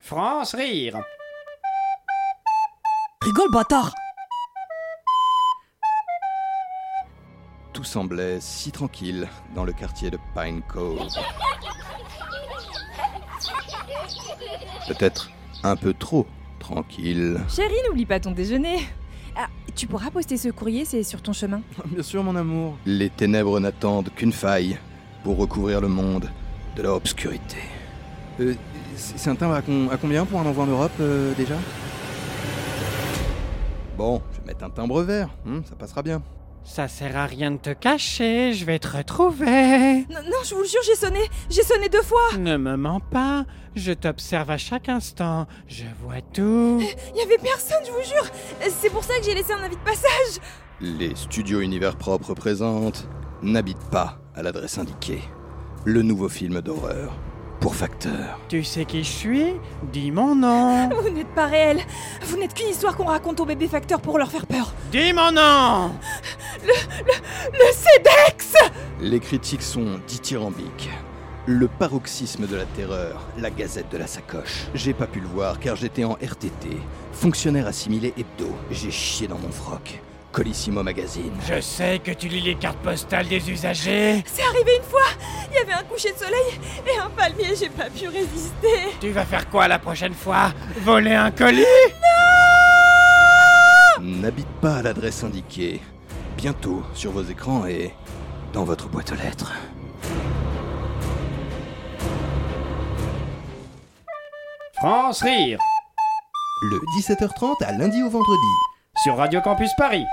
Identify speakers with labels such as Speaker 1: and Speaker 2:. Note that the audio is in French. Speaker 1: France rire.
Speaker 2: Rigole, bâtard
Speaker 3: Tout semblait si tranquille dans le quartier de Pine Cove. Peut-être un peu trop tranquille.
Speaker 4: Chérie, n'oublie pas ton déjeuner. Ah, tu pourras poster ce courrier, c'est sur ton chemin.
Speaker 5: Bien sûr, mon amour.
Speaker 3: Les ténèbres n'attendent qu'une faille pour recouvrir le monde de leur obscurité.
Speaker 5: Euh, c'est c'est un timbre à, com- à combien pour un envoi en Europe euh, déjà
Speaker 3: Bon, je vais mettre un timbre vert, hein, ça passera bien.
Speaker 1: Ça sert à rien de te cacher, je vais te retrouver.
Speaker 4: Non, non, je vous le jure, j'ai sonné. J'ai sonné deux fois.
Speaker 1: Ne me mens pas, je t'observe à chaque instant, je vois tout.
Speaker 4: Il y avait personne, je vous jure. C'est pour ça que j'ai laissé un avis de passage.
Speaker 3: Les studios univers propres présentes n'habitent pas à l'adresse indiquée. Le nouveau film d'horreur pour facteur.
Speaker 1: Tu sais qui je suis Dis mon nom.
Speaker 4: Vous n'êtes pas réel. Vous n'êtes qu'une histoire qu'on raconte aux bébés facteurs pour leur faire peur.
Speaker 1: Dis mon nom
Speaker 4: Le CEDEX
Speaker 3: Les critiques sont dithyrambiques. Le paroxysme de la terreur, la gazette de la sacoche. J'ai pas pu le voir car j'étais en RTT, fonctionnaire assimilé hebdo. J'ai chié dans mon froc. Colissimo Magazine.
Speaker 1: Je sais que tu lis les cartes postales des usagers.
Speaker 4: C'est arrivé une fois. Il y avait un coucher de soleil et un palmier, j'ai pas pu résister.
Speaker 1: Tu vas faire quoi la prochaine fois Voler un colis
Speaker 3: N'habite pas à l'adresse indiquée. Bientôt sur vos écrans et dans votre boîte aux lettres.
Speaker 1: France rire
Speaker 3: Le 17h30 à lundi au vendredi.
Speaker 1: sur Radio Campus Paris.